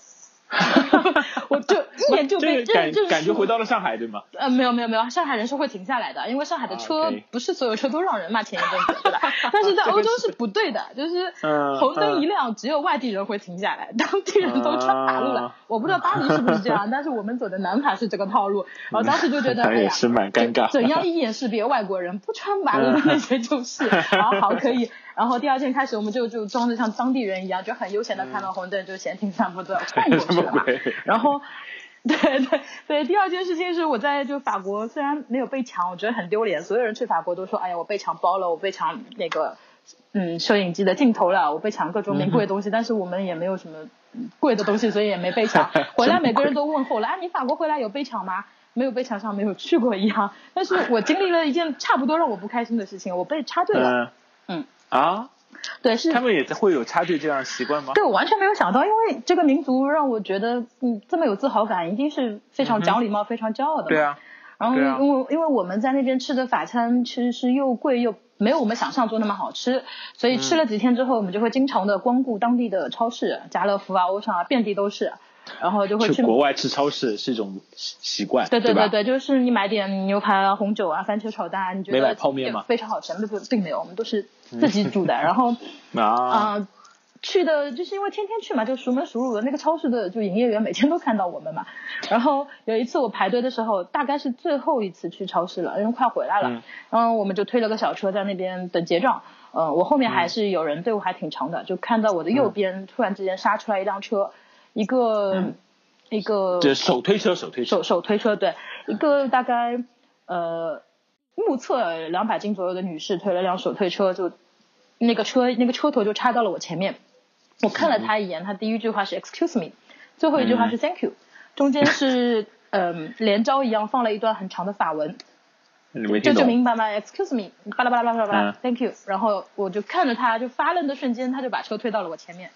我就一眼就被这个认感认感觉输回到了上海，对吗？呃，没有没有没有，上海人是会停下来的，因为上海的啊车，OK 不是所有车都让人嘛，前一阵子 *laughs* 对吧？但是在这个欧洲是是不对的，就是嗯红灯一亮，只有外地人会停下来，当地人都穿马路了啊。我不知道巴黎是不是这样，但是我们走的南法是这个 *laughs* 套路。然后当时就觉得，嗯反哎正也呀，是蛮尴尬。嗯 *laughs* 怎样一眼识别外国人？不穿马路的那些就是。然后好可以，然后第二天开始我们就就装着像当地人一样，就很悠闲的看到红灯就闲庭散步的晃 *laughs* 过什去么了嘛。鬼？然后，对 *laughs* 对对，第二件事情是我在就法国，虽然没有被抢，我觉得很丢脸。所有人去法国都说，哎呀，我被抢包了，我被抢那个嗯摄影机的镜头了，我被抢各种名贵的东西，但是我们也没有什么贵的东西，所以也没被 *laughs* 抢。回来每个人都问候了，啊，你法国回来有被抢吗？没有被抢，像没有去过一样。但是我经历了一件差不多让我不开心的事情，我被插队了。嗯嗯啊，对，是他们也会有插队这样的习惯吗？对，我完全没有想到，因为这个民族让我觉得，嗯，这么有自豪感，一定是非嗯常讲礼貌、非常骄傲的嘛。对啊，然后对啊因为、因为我们在那边吃的法餐其实是又贵又没有我们想象中那么好吃，所以嗯吃了几天之后，我们就会经常的光顾当地的超市，家乐福啊、欧尚啊，遍地都是，然后就会去去。国外吃超市是一种习习惯，对对对吧对，就是你买点牛排啊、红酒啊、番茄炒蛋啊，你觉得没买泡面吗嗯非常好吃，没不并没有，我们都是自己煮 *laughs* 的。然后啊，啊、去的就是因为天天去嘛，就熟门熟路的。那个超市的就营业员每天都看到我们嘛。然后有一次我排队的时候，大概是最后一次去超市了，因为快回来了。嗯然后我们就推了个小车在那边等结账。呃，我后面还是有人，队伍还挺长的，就看到我的嗯右边突然之间杀出来一辆车，一个、一个这手推车，手推车手，手推车，对，一个大概呃目测两百斤左右的女士推了辆手推车，就那个车那个车头就插到了我前面，我看了她一眼，她第一句话是 Excuse me，最后一句话嗯是 Thank you，、中间是嗯、连招一样放了一段很长的法文，你没这听就懂？明白吗？Excuse me，巴拉巴拉巴拉巴拉嗯，Thank you。然后我就看着她，就发愣的瞬间，她就把车推到了我 *laughs* 前面，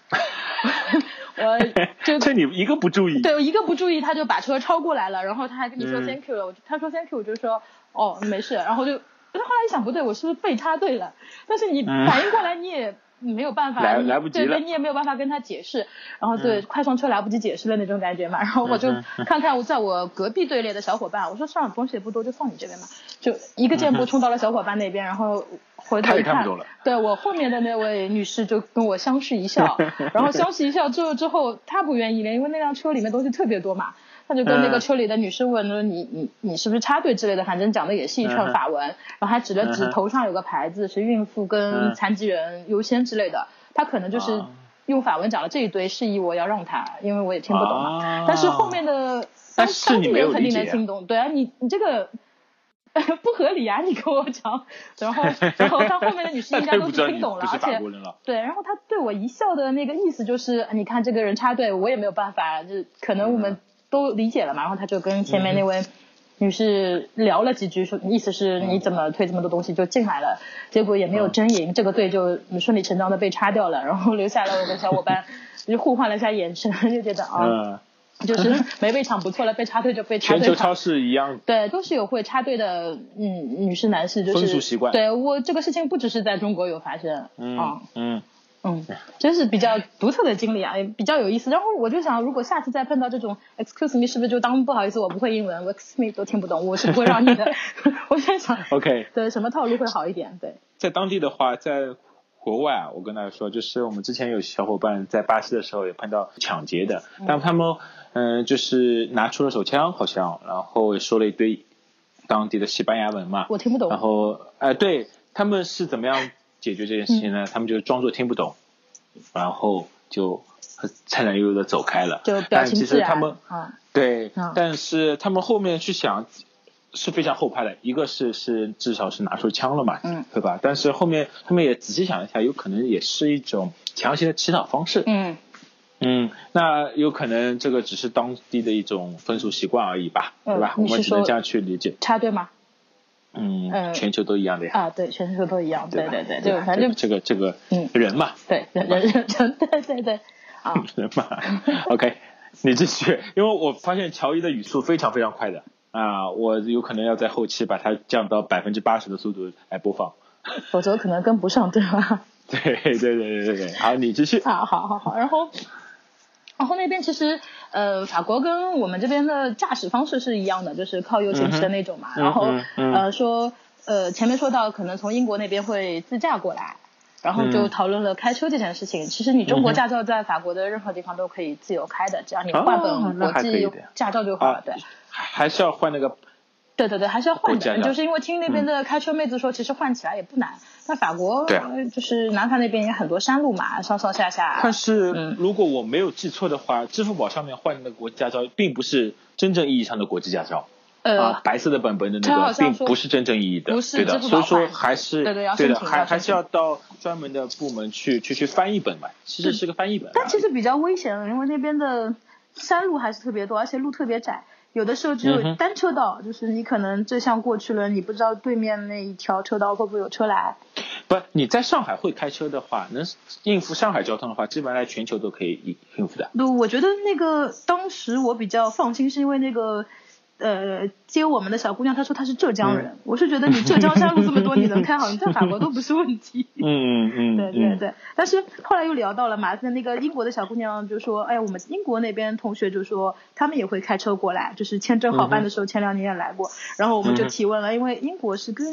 我就这你一个不注意，对，我一个不注意他就把车超过来了，然后他还跟你说嗯 thank you 了，我就他说 thank you，我就说哦没事，然后就，但后来一想不对，我是不是被插队了？但是你嗯反应过来你也没有办法，来你来不及对了嗯对，你也没有办法跟他解释，然后对、快上车来不及解释的那种感觉嘛，然后我就看看我在我隔壁队列的小伙伴，我说算了，东西也不多，就放你这边吧，就一个箭步冲到了小伙伴那边，然后 *laughs* 回头他一也看看不懂了，对我后面的那位女士就跟我相视 *laughs* 一笑，然后相视一笑之后，之后她不愿意了，因为那辆车里面东西特别多嘛，她就跟那嗯个车里的女士问说你你你是不是插队之类的，反正讲的也是一嗯串法文，然后还指了嗯指哼头上有个牌子是孕妇跟嗯残疾人优先之类的，她可能就是啊用法文讲了这一堆，示意我要让她，因为我也听不懂嘛，啊但是后面的哦但当是当你地没有人肯理定能解呀听懂，对啊，你你这个不合理啊，你跟我讲，然后 *laughs* 然后他后面的女士那 *laughs* 应他该也都不知道听你懂了，不是而法且国人了，对，然后他对我一笑的那个意思就是，你看这个人插队，我也没有办法，就是可能我们都理解了嘛，然后他就跟前面那位。女士聊了几句，说意思是你怎么推这么多东西就进来了，结果也没嗯有争赢，这个队就顺理成章的被插掉了，然后留下来我跟小伙伴 *laughs* 就互换了一下眼神，就觉得啊，嗯，就是没被抢不错了，被插队就被插全队球吧。超市一样，对，都是有会插队的，嗯，女士、男士，就是风俗习惯对我这个事情不只是在中国有发生，嗯啊嗯，嗯，真是比较独特的经历啊，也比较有意思。然后我就想，如果下次再碰到这种 excuse me，是不是就当不好意思，我不会英文，我 excuse me 都听不懂，我是不会让你 *laughs* 的。我在想， OK， *laughs* 对什么套路会好一点？对，在当地的话，在国外啊，我跟大家说，就是我们之前有小伙伴在巴西的时候也碰到抢劫的，但他们嗯、呃就是拿出了手枪，好像，然后说了一堆当地的西班牙文嘛，我听不懂然。后呃，对他们是怎么样解决这件事情呢？他们就装作听不懂，然后就很灿烂悠悠的走开了。就表但情其自实他然们啊，对嗯，但是他们后面去想，是非常后怕的，一个是是至少是拿出枪了嘛，嗯，对吧？但是后面他们也仔细想了一下，有可能也是一种强行的乞讨方式，嗯嗯，那有可能这个只是当地的一种风俗习惯而已吧，嗯对吧？我你是们只能说这样去理解，插队吗？嗯，呃全球都一样的呀，啊，对，全球都一样，对吧对对，对就吧反正就这个这个嗯人嘛，对人 *laughs* 人人人，对对对，啊，人 *laughs* 嘛，OK，你继续，因为我发现乔伊的语速非常非常快的啊，我有可能要在后期把它降到百分之八十的速度来播放。 *laughs* 否则可能跟不上，对吧？对对对对对对，好，你继续。 *laughs* 啊，好好好，然后。然后那边其实，呃，法国跟我们这边的驾驶方式是一样的，就是靠右行驶的那种嘛。嗯哼然后嗯、嗯呃说，呃前面说到可能从英国那边会自驾过来，然后就嗯讨论了开车这件事情。其实你中国驾照在法国的任何地方都可以自由开的，只要你换哦本那国还可以际的驾照就好了。啊，对，还还是要换那个对对对，还是要国换家的，的就是因为听那边的开车妹子说，其实换起来也不难。那法国对啊呃就是南法那边也很多山路嘛，上上下下。但是嗯如果我没有记错的话，支付宝上面换的国际驾照并不是真正意义上的国际驾照。呃啊，，白色的本本的他那好个像并说不是真正意义的，不是对的，支付所宝以说版还是对对要的，申请还要还是申请要到专门的部门去去去翻译本嘛，其实是个翻译本啊。嗯但其实比较危险，因为那边的山路还是特别多，而且路特别窄，有的时候只嗯有哼单车道，就是你可能这项过去了，你不知道对面那一条车道会不会有车来。不，你在上海会开车的话，能应付上海交通的话，基本上在全球都可以应应付的。那我觉得那个当时我比较放心，是因为那个。呃，接我们的小姑娘她说她是浙江人，我是觉得你浙江山路这么多，你能开好，你在法国都不是问题。嗯嗯对对对，但是后来又聊到了嘛，那那个英国的小姑娘就说，哎，我们英国那边同学就说，他们也会开车过来，就是签证好办的时候，前两年也来过，然后我们就嗯嗯哼提问了，因为英国是跟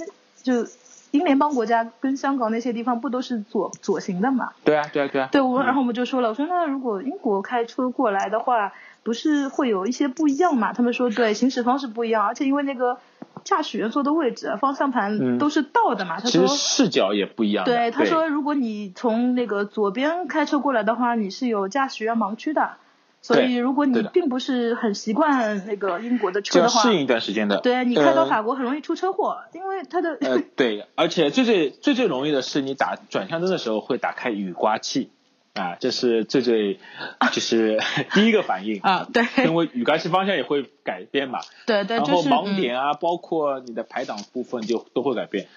就英联邦国家跟香港那些地方不都是左左行的嘛，对啊对啊对啊。对，我嗯然后我们就说了，我说那如果英国开车过来的话，不是会有一些不一样嘛？他们说对，行驶方式不一样，而且因为那个驾驶员坐的位置、方向盘嗯都是倒的嘛，他其说实视角也不一样的。对，他说如果你从那个左边开车过来的话，你是有驾驶员盲区的，所对以如果对你的并不是很习惯那个英国的车就要的话，适应一段时间的。对你开到呃法国很容易出车祸，因为它的、呃，对，而且最最最最容易的是，你打转向灯的时候会打开雨刮器，啊，这是最最就是 *laughs* 第一个反应，啊，对因为雨刮器方向也会改变嘛，对对，然就后是嗯盲点啊，包括你的排档部分就都会改变。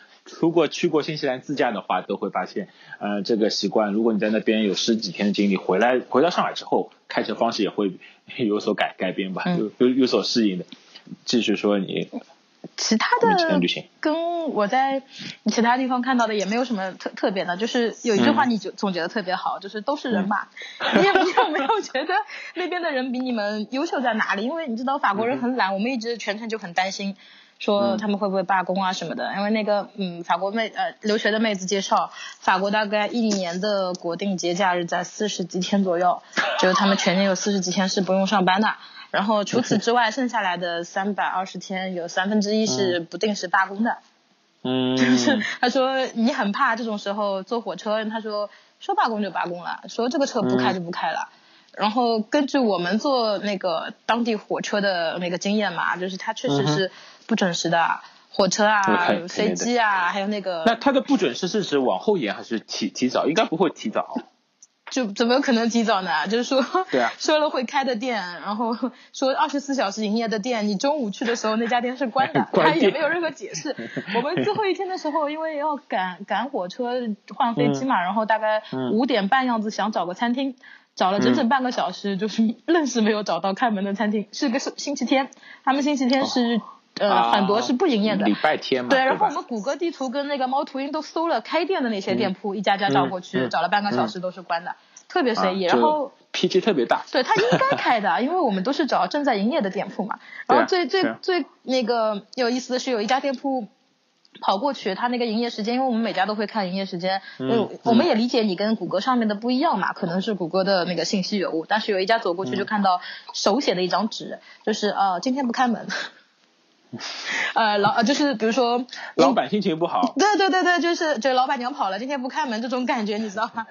如果去过新西兰自驾的话，都会发现，呃，这个习惯，如果你在那边有十几天的经历，回来回到上海之后，开车方式也会 *laughs* 有所改改变吧，嗯有有有所适应的。继续说你嗯其他你只能的旅行跟我在其他地方看到的也没有什么特特别的，就是有一句话嗯你就总结的特别好，就是都是人嘛。 *laughs* 你有你有没有觉得那边的人比你们优秀在哪里？因为你知道法国人很懒，我们一直全程就很担心。说嗯他们会不会罢工啊什么的？因为那个嗯，法国妹呃留学的妹子介绍，法国大概一年的国定节假日在四十几天左右，就是他们全年有四十几天是不用上班的。然后除此之外，剩下来的三百二十天有三分之一是不定时罢工的。 *laughs* 嗯，他说你很怕这种时候坐火车，他说说罢工就罢工了，说这个车不开就不开嗯了。然后根据我们坐那个当地火车的那个经验嘛，就是它确实是不准时的，火车嗯那啊肯定、的飞机啊，还有那个那它的不准时是指往后延还是提提早？应该不会提早。就怎么可能提早呢？就是说，对啊，*laughs* 说了会开的店，然后说二十四小时营业的店，你中午去的时候那家店是关的 *laughs* 关他也店没有任何解 *laughs* 释。我们最后一天的时候，因为要赶赶火车换飞机嘛，然后大概嗯五点半样子想找个餐厅，找了整整半个小时，就是愣是没有找到开门的餐厅。是个是星期天，他们星期天是、呃哦啊很多是不营业的，礼拜天嘛。对，对，然后我们谷歌地图跟那个猫头鹰都搜了开店的那些店铺，一家家找过去，嗯嗯嗯找了半个小时都是关的，特别随意。啊然后就脾气特别大。对他应该开的，因为我们都是找正在营业的店铺嘛。然后对最啊最对啊最那个有意思的是，有一家店铺跑过去，他那个营业时间，因为我们每家都会看营业时间，嗯嗯，我们也理解你跟谷歌上面的不一样嘛，可能是谷歌的那个信息有误，嗯但是有一家走过去就看到手写的一张纸，就是呃今天不开门。 *laughs* 呃，老呃就是比如说老板心情不好，对对对对，就是觉得老板娘跑了，今天不开门这种感觉，你知 *laughs* 道吗？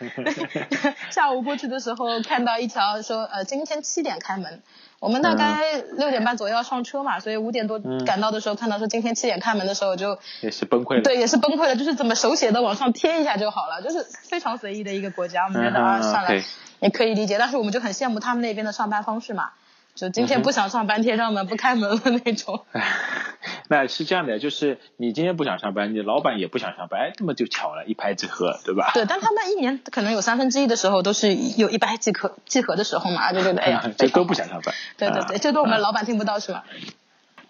下午过去的时候看到一条说，呃，今天七点开门，我们大概六点半左右要上车嘛，所以五点多嗯赶到的时候，看到说今天七点开门的时候就，也是崩溃了。对，也是崩溃了，就是怎么手写的往上贴一下就好了，就是非常随意的一个国家，我们觉得啊，嗯算了 OK 也可以理解，但是我们就很羡慕他们那边的上班方式嘛，就嗯今天不想上班，贴上门不开门了那种。 *laughs* 那是这样的，就是你今天不想上班，你老板也不想上班，哎，那么就巧了，一拍即合，对吧？，对，但他们一年可能有三分之一的时候都是有一拍即合即合的时候嘛，就觉得哎呀 *laughs* 这都不想上班。啊对对对，这都我们老板听不到是吧？嗯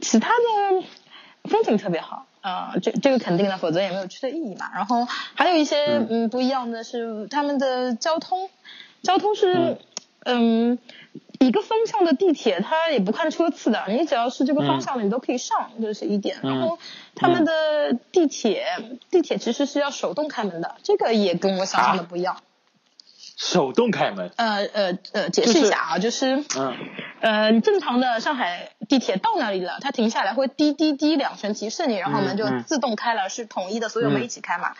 其他的风景特别好。啊、这这个肯定的，否则也没有去的意义嘛。然后还有一些嗯不一样的是，他们的交通，交通是嗯一个方向的地铁，它也不看车次的，你只要是这个方向的，你都可以上，这、是一点。然后他们的地铁，地铁其实是要手动开门的，这个也跟我想象的不一样。手动开门，呃呃呃，解释一下啊，就是嗯，呃，你正常的上海地铁到那里了，它停下来会滴滴滴两声提示你，然后门就嗯自动开了，是统一的，所以我们一起开嘛。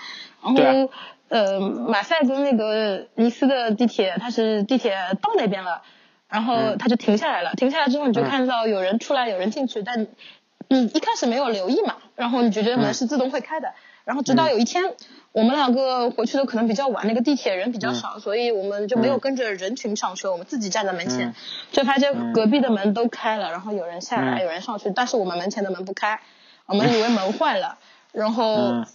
对然啊后呃，马赛跟那个尼斯的地铁，它是地铁到那边了，然后嗯它就停下来了。停下来之后，你就嗯看到有人出来，有人进去，但你一开始没有留意嘛，然后你就觉得门嗯是自动会开的。然后直到有一天，我们两个回去的可能比较晚，那个地铁人比较嗯少，所以我们就没有跟着人群上车，我们自己站在门前，就发现隔壁的门都开了，然后有人下来，嗯有人上去，但是我们门前的门不开，我们以为门坏了，然后嗯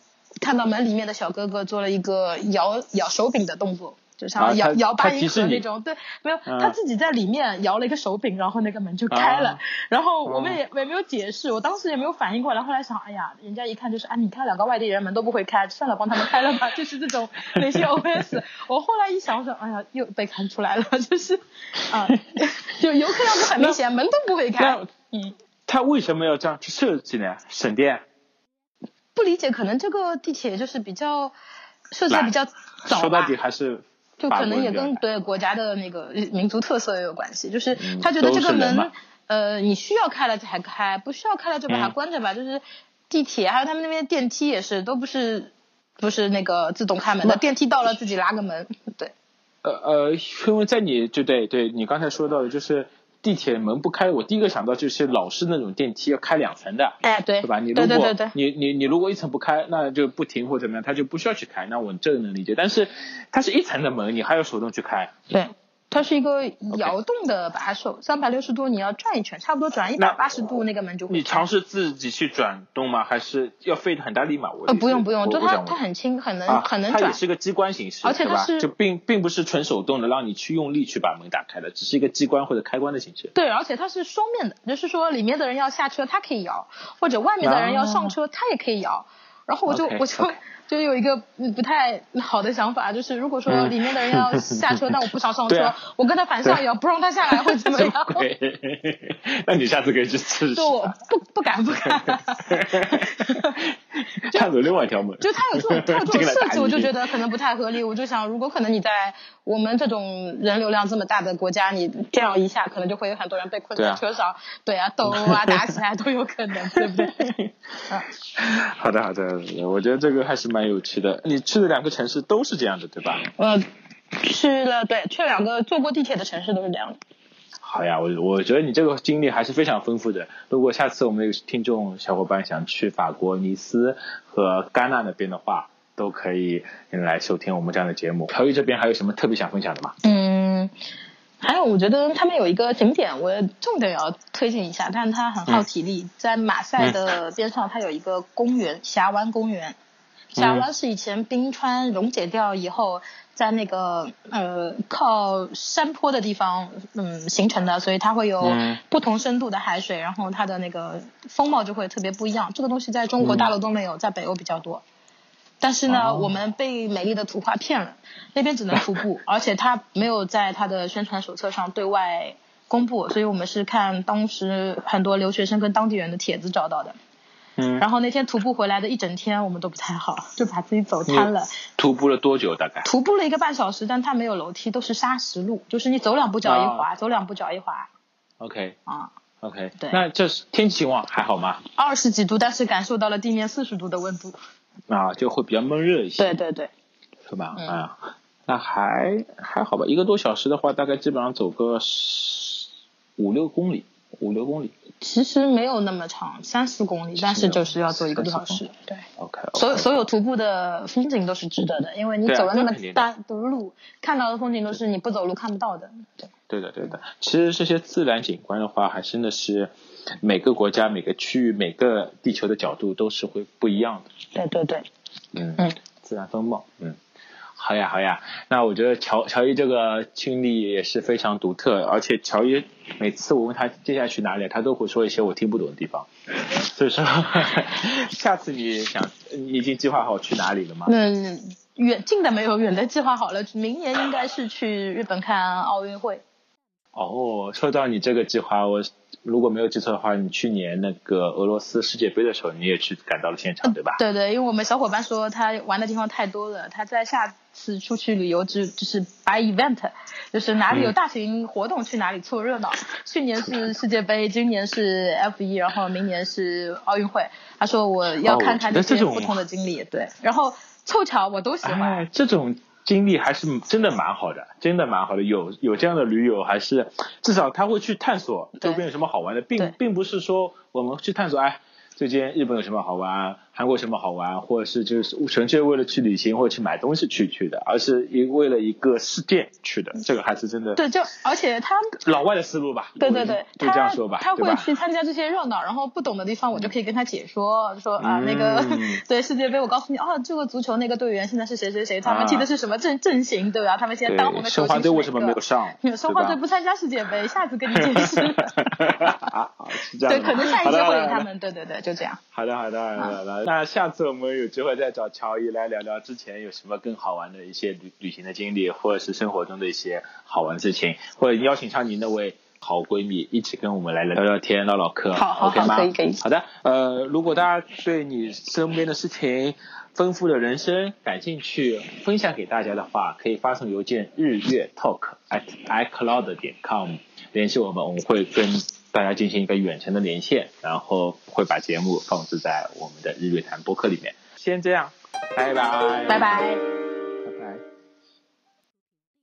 看到门里面的小哥哥做了一个摇摇手柄的动作。就啊像他摇、摇八他音提示盒你那种，对，没有，嗯他自己在里面摇了一个手柄，然后那个门就开了，啊然后我们也、也没有解释，我当时也没有反应过来，后来想，哎呀，人家一看就是，啊，你看两个外地人门都不会开，算了，帮他们开了吧，就是这种内心 OS。我后来一想，我说，哎呀，又被看出来了，就是，啊、 *laughs* 就游客样子很明显，门都不会开那，嗯，他为什么要这样去设计呢？省电，不理解，可能这个地铁就是比较设计得比较早说到吧底。还是就法可国能也人比较跟懒对国家的那个民族特色也有关系，就是嗯他觉得都这是个人门嘛，呃，你需要开了才开，不需要开了就把它嗯关着吧。就是地铁还有他们那边电梯也是，都不是不是那个自动开门的，电梯到了自己拉个门，对。呃呃，因为在你就对对你刚才说到的，就是地铁门不开，我第一个想到就是老式那种电梯要开两层的，哎，对，对吧？你如对果对对对，你你你如果一层不开，那就不停或怎么样，它就不需要去开。那我这个能理解，但是它是一层的门，你还要手动去开，对，它是一个摇动的把手，三百六十度你要转一圈，差不多转一百那八十度那个门就会你开。尝试自己去转动吗？还是要费很大力嘛？我呃，的意思不用不用，我就我它想问它很轻，很能啊，很能它也转。是个机关形式，而且它对吧是就并并不是纯手动的，让你去用力去把门打开的，只是一个机关或者开关的形 *laughs* 式。对，而且它是双面的，就是说里面的人要下车，它可以摇；或者外面的人要上车，它也可以摇。然后我就啊 OK，我就 OK *laughs* 就有一个嗯不太好的想法，就是如果说嗯里面的人要下车，但我不想上对车啊，我跟他反向摇，不让他下来会怎么样？对， *laughs* 那你下次可以去试试。 *laughs* 就我不不敢不敢。 *laughs* *laughs* 探索另外一条门。就他有这种他有这这个种来设打计，我就你觉得可能不太合理。我就想，如果可能你在我们这种人流量这么大的国家，你这样一下，可能就会有很多人被困对在啊车上，对啊，斗殴啊、打起来都有可能，对不对？ *laughs* *laughs* 嗯好的，好的，我觉得这个还是蛮有趣的。你去的两个城市都是这样的，对吧？我去了，呃对，去两个坐过地铁的城市都是这样的。好呀，我我觉得你这个经历还是非常丰富的。如果下次我们有听众小伙伴想去法国尼斯和戛纳那边的话，都可以来收听我们这样的节目。乔伊这边还有什么特别想分享的吗？嗯，还有我觉得他们有一个景点，我重点要推荐一下，但是它很耗体力，在马赛的边上，它有一个公园，峡湾公园。峡湾是以前冰川溶解掉以后，在那个呃靠山坡的地方，嗯形成的，所以它会有嗯不同深度的海水，然后它的那个风貌就会特别不一样。这个东西在中国大陆都没有，在北欧比较多。但是呢，哦我们被美丽的图画骗了， *laughs* 那边只能徒步，而且它没有在它的宣传手册上对外公布，所以我们是看当时很多留学生跟当地人的帖子找到的。嗯，然后那天徒步回来的一整天，我们都不太好，就把自己走瘫了。徒步了多久？大概？徒步了一个半小时，但它哦没有楼梯，都是砂石路，就是你走两步脚一滑，走两步脚一滑 OK，啊。 OK，对那这是天气情况还好吗？二十几度，但是感受到了地面四十度的温度。啊，就会比较闷热一些，对对对，是吧？嗯啊，那还还好吧，一个多小时的话，大概基本上走个十五六公里，五六公里。其实没有那么长，三四公里，但是就是要走一个多小30时公。对， OK，, 所有所有徒步的风景都是值得的，因为你对啊走了那么那肯定的大的路，看到的风景都是你不走路看不到的。对，对的，对的。其实这些自然景观的话，还真的是每个国家、每个区域、每个地球的角度都是会不一样的。对对对，嗯嗯，自然风貌，嗯。好呀，好呀，那我觉得乔乔伊这个经历也是非常独特，而且乔伊每次我问他接下来去哪里，他都会说一些我听不懂的地方，所以说 *laughs* 下次你想你已经计划好去哪里了吗？那远近的没有，远的计划好了，明年应该是去日本看奥运会。哦，说到你这个计划，我如果没有记错的话，你去年那个俄罗斯世界杯的时候，你也去赶到了现嗯场，对吧？对对，因为我们小伙伴说他玩的地方太多了，他在下次出去旅游只就是摆 event，就是哪嗯里有大型活动去哪里凑热闹。去年是世界杯，今年是 F 1然后明年是奥运会。他说我要哦我看觉看得这这些种不同的经历，对，然后凑巧我都喜欢。哎，这种经历还是真的蛮好的，真的蛮好的。有有这样的驴友，还是至少他会去探索对周边有什么好玩的，并对并不是说我们去探索，哎，最近日本有什么好玩，韩国有什么好玩，或者是就是纯粹为了去旅行或者去买东西去去的，而是一为了一个事件去的。这个还是真的对，就而且他老外的思路吧？对我对就对，就他这样说吧，他对会吧去参加这些热闹，然后不懂的地方我就可以跟他解说，说啊那个嗯 *laughs* 对世界杯，我告诉你啊，这个足球那个队员现在是谁谁谁，他啊们踢的是什么阵阵型，对吧？他们现在当红对，的申球花星是队哪为什么没有个？ *laughs* 上？你申花队不参加世界杯，下次跟你解 *laughs* 释。啊，是这样的对，吗可能下一好届的会好有的他们。对啊对对，就这样。好的，好的，好的，好的。那下次我们有机会再找乔伊来聊聊之前有什么更好玩的一些旅旅行的经历，或者是生活中的一些好玩的事情，或者邀请上您那位。好闺蜜一起跟我们来聊聊天、唠唠嗑，好好 o k 好吗？可以可以好的，呃，如果大家对你身边的事情、丰富的人生感兴趣，分享给大家的话，可以发送邮件日月 talk at icloud 点 com 联系我们，我们会跟大家进行一个远程的连线，然后会把节目放置在我们的日月潭播客里面。先这样，拜拜，拜拜。